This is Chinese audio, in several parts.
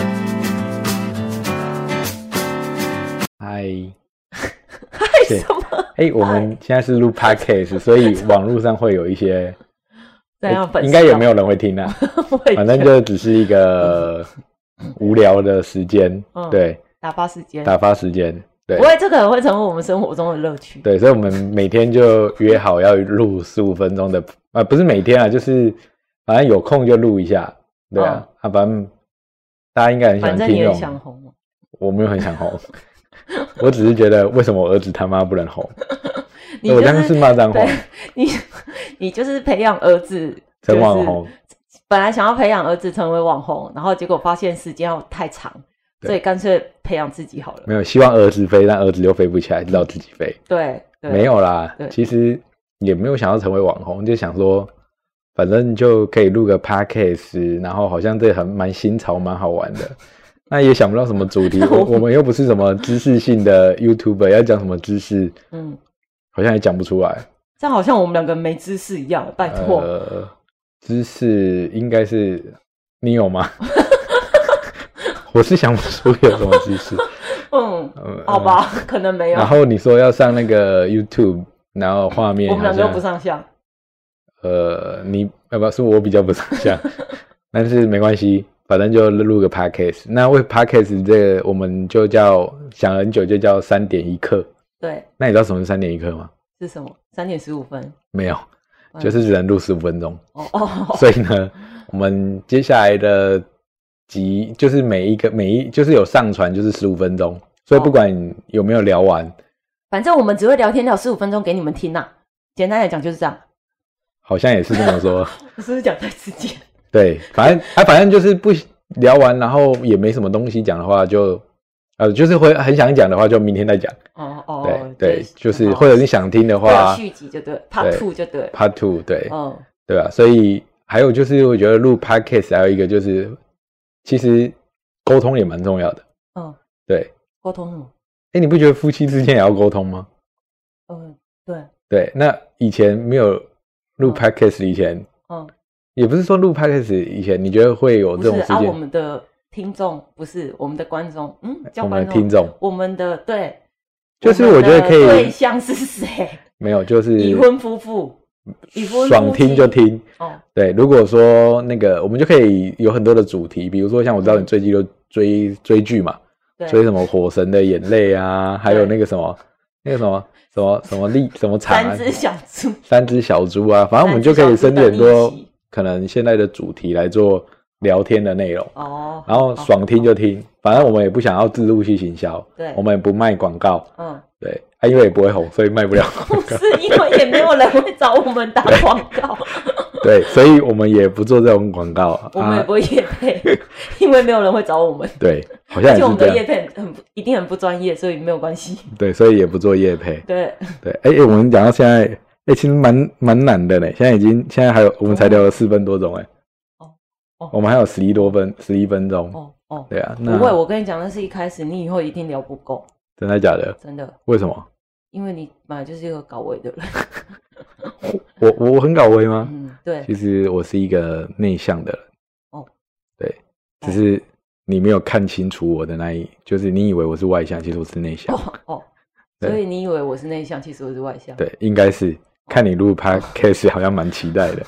哎，我们现在是录 podcast，所以网络上会有一 些，哎怎样粉丝应该也 没有人会听啊。有反正就只是一 个无聊的时间，嗯对，打发时间。打发时间，对不。会，这个会成为我们生活中的乐趣。对，所以我们每天就约好要录十五分钟的，啊，不是每天啊，就是反正有空就录一下，对啊，啊，反正大家应该很喜嗯反欢正听你那也种，想红嘛，我没有很想红， 我只是觉得为什么我儿子他妈不能红， 你我就刚刚是骂脏话对，你你就是培养儿子成网红，，就是本来想要培养儿子成为网红，然后结果发现时间要太长，对所以干脆培养自己好了。没有希望儿子飞，但儿子又飞不起来，知道自己飞，对，对没，有啦对，其实也没有想要成为网红，就想说。反正就可以录个 podcast，然后好像这很蛮新潮，蛮好玩的。那也想不到什么主 题，我我们又不是什么知识性的 YouTuber，要讲什么知识，嗯，好像也讲不出来。这样好像我们两个没知识一样，拜托。呃，知识应该是你有吗？ 我是想不出有什么知 识。嗯，呃好。吧，可能没有然。后你说要上那个 YouTube，然后画面我们好两个又像不上下，呃，你要不是我比较不上相， 但是没关系，反正就录个 podcast。那为 podcast 这个，我们就叫想很久，就叫三点一刻。对，那你知道什么是三点一刻吗？是什么？三点十五分。没有，嗯就是只能录十五分钟。哦哦，所以呢，我们接下来的集就是每一个每一就是有上传就是十五分钟，所哦以不管有没有聊完，反正我们只会聊天聊十五分钟给你们听呐、啊简单来讲就是这样。好像也是这么说。我是不是讲太直接？对，反正啊，反正就是不聊完，然后也没什么东西讲的话就，呃，就是会很想讲的话，就明天再讲。 哦哦，对、对，就是哦或者你想听的会有话续集就对，Part Two 就对。 ，Part Two，对、嗯，对吧？所以还有就是，我觉得录 Podcast 还有一个就是，其实沟通也蛮重要的。嗯，对，沟通什么？哎，你不觉得夫妻之间也要沟通吗？嗯，对，对，那以前没有录嗯 Podcast 以前，嗯，也不是说录 Podcast 以前，你觉得会有不这是种事啊，我情？们的听众不是我们的观众，嗯，叫哎我观们众，的听众我们的对，就是们我觉得的可以对象是谁？没有，就是已婚夫妇，已婚夫妻爽听就听。哦，对，如果说那个，我们就可以有很多的主题，比如说像我知道你最近就追追剧嘛，对，追什么《火神的眼泪》啊，还有那个什么那个什么什么什么 力什么场啊三，只小猪，三只小猪啊，反正我们就可以深入很多可能现在的主题来做聊天的内容，哦，然后好爽听就听，反正我们也不想要自入性行销，对我们也不卖广告，嗯，对，啊，因为也不会红，所以卖不了，不是因为也没有人会找我们打广告，对，所以我们也不做这种广告我们也啊不，会夜配，因为没有人会找我们。 对，好而像也且是我们这样的叶。片很不一定很不专业，所以没有 关系。对，所以也不做业配。对，对，哎、哎，我们讲到现在，哎、其实蛮蛮难的呢。现在已经现在还有，我们才聊了四分多钟，哎、哦哦我们还有十一多分，十一分钟。哦哦，对啊，不那会，我跟你讲，那是一开始，你以后一定聊不够，真的假的？真的，为什么？因为你本来就是一个搞 味的人。我我我很搞微吗？嗯，对其，实我是一个内向的人。哦，对，只是你没有看清楚我的那一，就是你以为我是外向，其实我是内向。哦哦，对所以你以为我是内向，其实我是外向。对，应该是看你录 podcast 好像蛮期待的。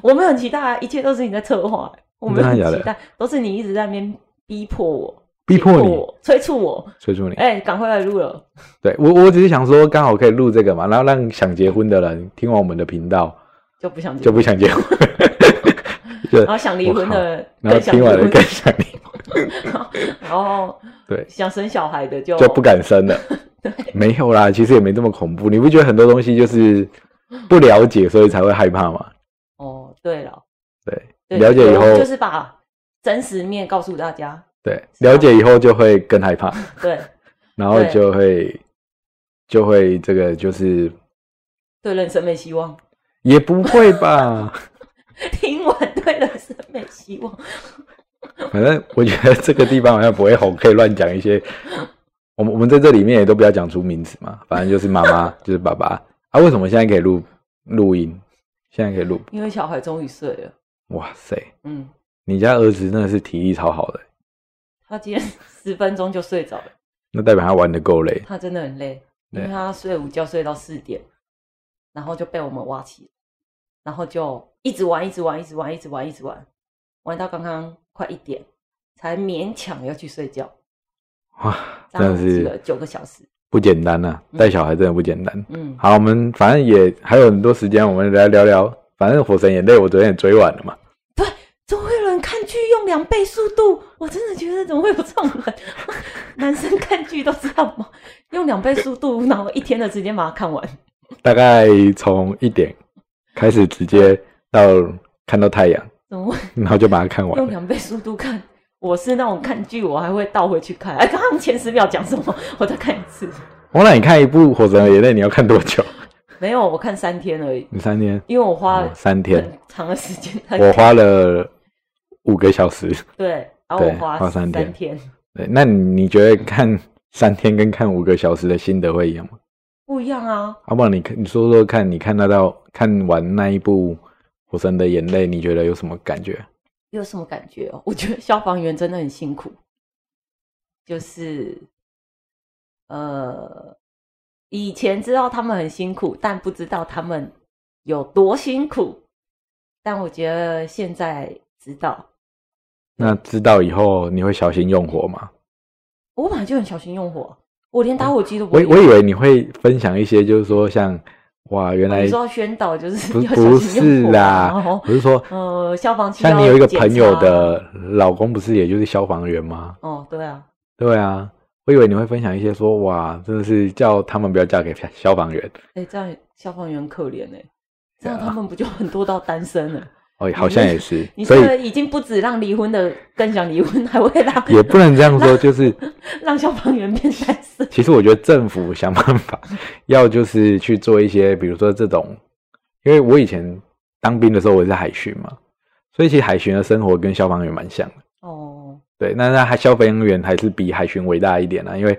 我们很期待啊，一切都是你在策划，欸我们很真的假的期待，都是你一直在那边逼迫我，逼迫你紧我，催促我，催促你。哎，赶快来录了。对我，我只是想说，刚好可以录这个嘛，然后让想结婚的人听完我们的频道就不想结就婚，不想结婚， 就然后想离婚的然后哦更想离听完了婚，哦更想离婚，然后对，想生小孩的就就不敢生 了。没有啦，其实也没这么恐怖。你不觉得很多东西就是不了解，所以才会害怕吗？哦，对了，对，对了解以有后就是把真实面告诉大家。对，了解以后就会更害怕，对， 然后啊对就会就会这个就是对人生没希望。 也不会吧。听完对人生没希望。反正我觉得这个地方好像不会红，可以乱讲一些。我们我们在这里面也都不要讲出名字嘛，反正就是妈妈，就是爸爸啊。为什么现在可以录录音？现在可以录？因为小孩终于睡了，哇塞，嗯，你家儿子真的是体力超好的，他今天 十分钟就睡着了，那代表他玩的够累。他真的很累。因为对他睡午觉睡到四点，然后就被我们挖起了，然后就一直玩，一直玩，一直玩，一直玩，一直玩，玩到刚刚快一点，才勉强要去睡觉，哇，这真样的子了是九个小时。不简单呐、嗯带小孩真的不简单。嗯，好，我们反正也还有很多时间，我们来聊聊。反正《火神眼泪》我昨天也追完了嘛，怎么会有人看剧用两倍速度？我真的觉得怎么会有这种人？ 男生看剧都这样吗？用两倍速度，然后一天的时间把它看完。大概从一点开始，直接到看到太阳，怎么会然后就把它看完用了。两倍速度看？我是那种看剧，我还会倒回去看。哎，刚刚前十秒讲什么，我再看一次。我让你看一部《火神眼泪》，你要看多久？没有，我看三天而已，你三天？因为我花哦三天，很长的时间在我看。花了五个小时。对，然后我对花花三三天天，对，那你觉得看三天跟看五个小时的心得会一样吗？不一样啊。阿不然你看，你说说看，你看得到看完那一部《火神的眼泪》，你觉得有什么感觉？有什么感觉哦？我 觉得消防员真的很辛苦，就是呃，以前知道他们很辛苦，但不知道他们有多辛苦。但我觉得现在知道，那知道以后你会小心用火吗？我本来就很小心用火，我连打火机都不我会以用。我以为你会分享一些，就是说像哇，原哦你来说要宣导就是不要小不心是用火啊，然啦后，我是说呃，消防器像你要有一个检朋友查的老公，不是也就是消防员吗？哦，对啊，对啊，我以为你会分享一些说哇，真的是叫他们不要嫁给消消防员，哎、这样消防员很可怜哎、这样对啊他们不就很多到单身了？哦，好像也是，你所这个以已经不止让离婚的更想离婚，还会让也不能这样说，就是让消防员变单身。其实我觉得政府想办法 要就是去做一些，比如说这种，因为我以前当兵的时候我是海巡嘛，所以其实海巡的生活跟消防员蛮像的。哦，对，那那还消防员还是比海巡伟大一点啊啦、因为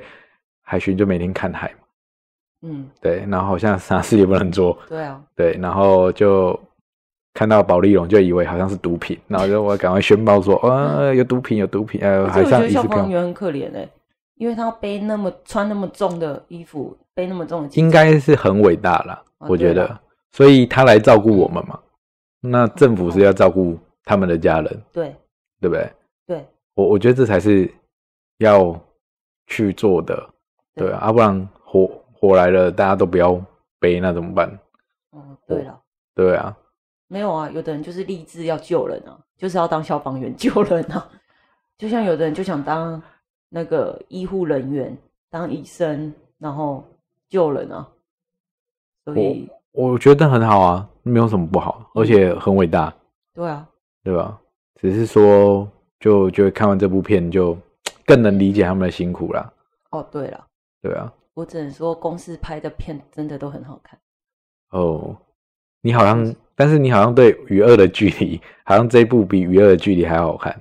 海巡就每天看海嘛，嗯，对，然后好像啥事也不能做，对啊，对，然后就看到保利龙就以为好像是毒品，然后就我赶快宣报说，呃，有毒品，有毒品，呃，而且海我觉上得疑消似防漂，员很可怜哎、因为他要背那么穿那么重的衣服，背那么重的器材应该是很伟大啦，哦我觉对得啦，所以他来照顾我们嘛，那政府是要照顾他们的家人，对对不对？对我我觉得这才是要去做的，对对啊，啊不然火火来了，大家都不要背，那怎么办？哦，对了，对啊，没有啊，有的人就是立志要救人啊，就是要当消防员 救人啊，就像有的人就想当那个医护人员，当医生，然后救人啊，所以我觉得很好啊，没有什么不好，嗯而且很伟大，对啊，对吧？只是说，就就看完这部片就更能理解他们的辛苦啦，哦对了。对啊。我只能说，公司拍的片真的都很好看。哦，你好像，但是你好像对《与恶的距离》，好像这一部比《与恶的距离》还好看。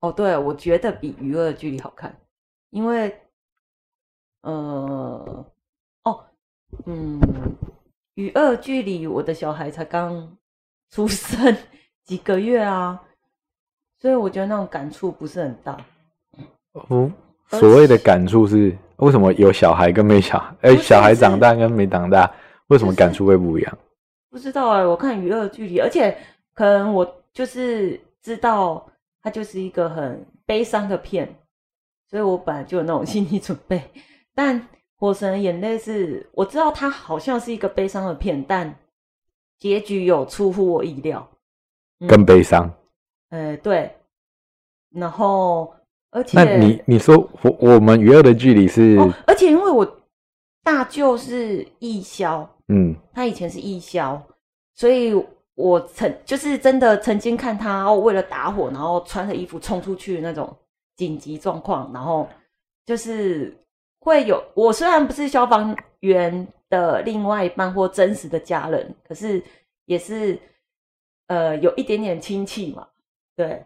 哦，对，我觉得比《娱乐距离》好看，因为，呃，哦，嗯，《娱乐距离》我的小孩才刚出生 几个月啊，所以我觉得那种感触不是很大。哦，而所谓的感触是，为什么有小孩跟没小孩？哎、不是小孩是长大跟没长大，为什么就是感触会不一样？不知道哎、我看《娱乐距离》，而且可能我就是知道它就是一个很悲伤的片，所以我本来就有那种心理准备。 但《火神的眼泪》是我知道它好像是一个悲伤的片，但结局有出乎我意料。嗯更悲伤。呃，对，然后而且那你你说我我们娱乐的距离是、哦，而且因为我大舅是义消，嗯，他以前是义消，所以我曾就是真的曾经看他哦，为了打火，然后穿着衣服冲出去那种紧急状况，然后就是会有我虽然不是消防员的另外一半或真实的家人，可是也是呃有一点点亲戚嘛，对，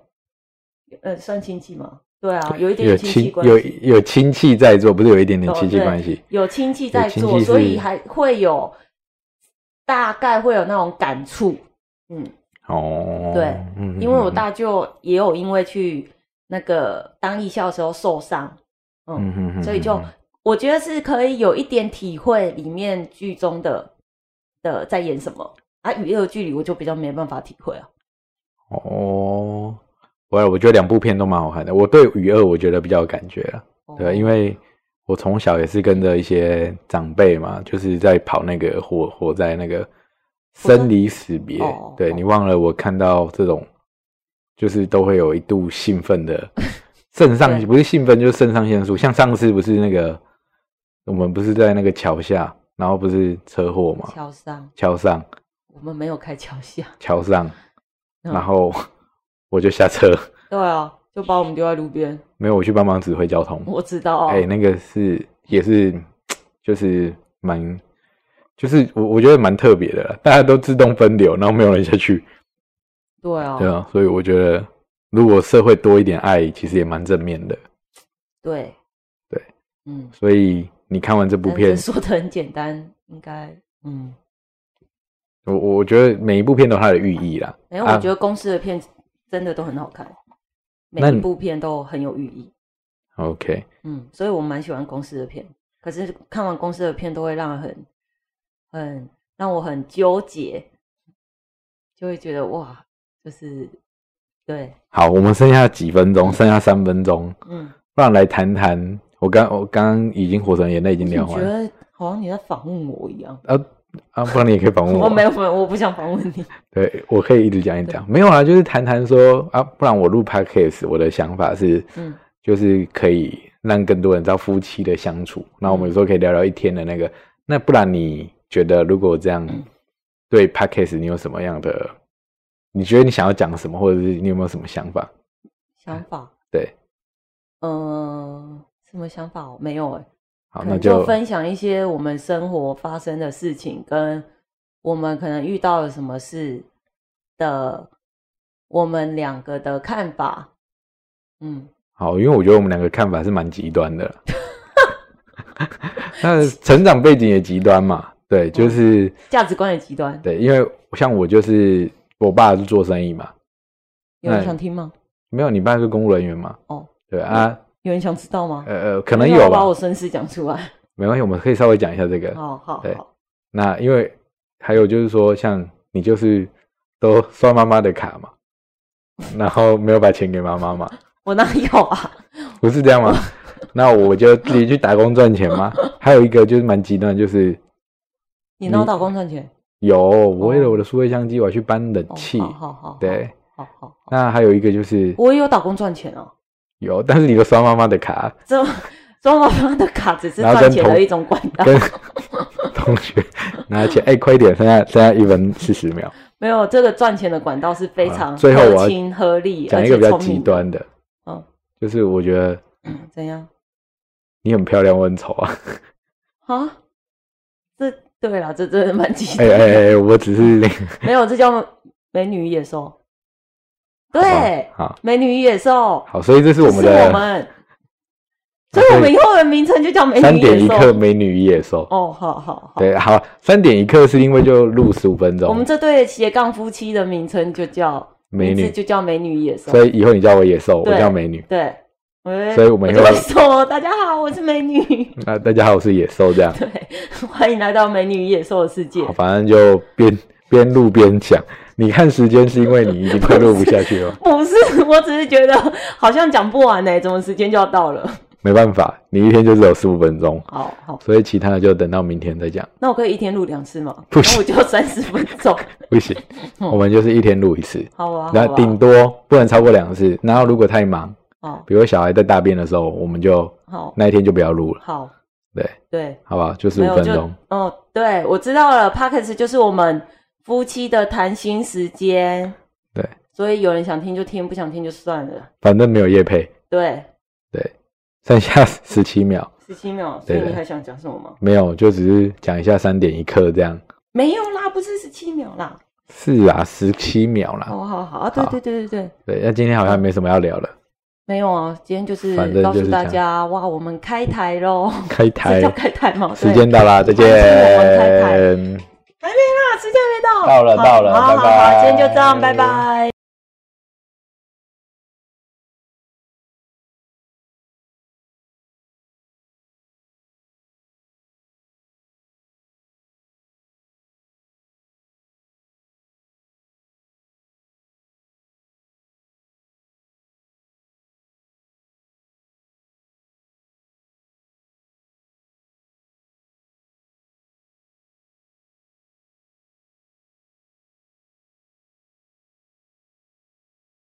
呃算亲戚嘛，对啊，有一点有点亲戚亲关系，有有亲戚在做，不是有一点点哦亲戚对关系？有亲戚在有亲做，戚是所以还会有大概会有那种感触，嗯，哦，对嗯，嗯因为我，嗯大舅也有因为去那个当义校的时候受伤，嗯，嗯嗯嗯所以就嗯我觉得是可以有一点体会里面剧中的的在演什么啊，娱乐剧里我就比较没办法体会啊。哦，我我觉得两部片都蛮好看的。我对《雨二》我觉得比较有感觉啊了，哦对，因为我从小也是跟着一些长辈嘛，就是在跑那个火火灾那个生离死别哦。对哦你忘了，我看到这种就是都会有一度兴奋的 肾上对不是兴奋就是肾上腺素。像上次不是那个我们不是在那个桥下，然后不是车祸嘛，桥上桥上我们没有开桥下， 桥上，嗯然后 我就下车。对啊，就把我们丢在路边。没有，我去帮忙指挥交通。我知道、哦，哎、那个是也是，就是蛮，就是我我觉得蛮特别的啦。大家都自动分流，然后没有人下去，对啊，对啊。所以我觉得，如果社会多一点爱，其实也蛮正面的。对对，嗯，所以你看完这部但片呃是，说的很简单，应该嗯，我我我觉得每一部片都有它的寓意啦。没有，啊我觉得公司的片真的都很好看，每那一你部片都很有寓意。 OK，嗯，所以我蛮喜欢公司的片，可是看完公司的片都会让人很很让我很纠结，就会觉得哇，就是对，好，我们剩下几分钟，剩下三分钟，嗯，不然来谈谈。我刚我刚刚已经《火神的眼泪》已经你聊觉完了得好像你在访问我一样。啊啊，不然你也可以访问我我啊。没有，没有，我不想访问你。对，我可以一直讲一讲，没有啊，就是谈谈说啊，不然我录 podcast，我的想法是，嗯，就是可以让更多人知道夫妻的相处。那嗯我们有时候可以聊聊一天的那个，那不然你觉得如果这样嗯对 podcast 你有什么样的？你觉得你想要讲什么，或者是你有没有什么想法？想法， 对，嗯，什么想法哦？没有哎、好，可那能就就分享一些我们生活发生的事情，跟我们可能遇到了什么事的，我们两个的看法。嗯，好，因为我觉得我们两个看法是蛮极端 的。那成长背景也极端嘛，对，嗯就是。价值观也极端，对，因为像我就是我爸是做生意嘛，有人那想听吗？没有你爸是公务人员嘛，哦，对啊，有人想知道吗？呃呃，可能你要有不要把吧我，身世讲出来。没关系，我们可以稍微讲一下这个。好好对好，那因为还有就是说，像你就是都刷妈妈的卡 嘛，然后没有把钱给妈妈嘛，我哪有啊？ 不是这样吗？那我就自己去打工赚钱 嘛。还有一个就是蛮极端的，就是你拿我打工赚钱？有我为了我的数位相机，我要去搬冷哦气。好好好，对，好，好好好，那还有一个就是我也有打工赚钱哦。有，但是你都刷妈妈的卡，中中华妈的卡只是然后赚跟钱同的一种管道， 跟同学拿钱，哎、快一点，剩下剩下一分四十秒，没有这个赚钱的管道是非常啊最后我要合情合理，讲一个比较极端的，而且聪明的，就是我觉得嗯，怎样你很漂亮，我很丑啊， 啊？这对啦，这真的蛮极哎端，哎哎，我只是那个，没有这叫美女与野兽，对， 好吧，美女与野兽好，好，所以这是我不们是的我们，所以我们以后的名称就叫美三女与点野一刻兽。美女与野兽，哦，好好好，对，好，三点一刻是因为就录十五分钟，我们这对斜杠夫妻的名称就叫美名字女，就叫美女与野兽。所以以后你叫我野兽，我对叫美女，对，我所以我们以就后会说大家好，我是美女， 那大家好，我是野兽，这样，对，欢迎来到美女与野兽的世界好，。反正就边边录边讲，你看时间是因为你已经快录不下去了。不是，我只是觉得好像讲不完呢、欸怎么时间就要 到了？没办法，你一天就只有十五分钟，好好，所以其他的就等到明天再讲。那我可以一天录两次吗？不那行我就三十分钟，不行，哦我们就是一天录一次，好啊，然好后啊，顶多不能超过两次。然后如果太忙，好比如小孩在大便的时候，我们就好那一天就不要录了，好，对，对，好吧？就十没五有分就钟，哦，对，我知道了 p a c k e s 就是我们夫妻的谈心时间，对，所以有人想听就听，不想听就算了，反正没有夜配，对，对，剩下十七秒，十七秒，所以对你的还想讲什么吗？没有，就只是讲一下三点一刻这样。没有啦，不是十七秒啦。是啊，十七秒啦。哦，好好啊，对好对对对对，对，那今天好像没什么要聊了，没有啊，今天就是反正告就诉是大这家，哇，我们开台喽，开这台叫，开台吗？时对间到啦，再见欢迎听我们开台。。啊还没啦，时间还没到，到了好到了好好拜拜好，今天就这样，拜拜。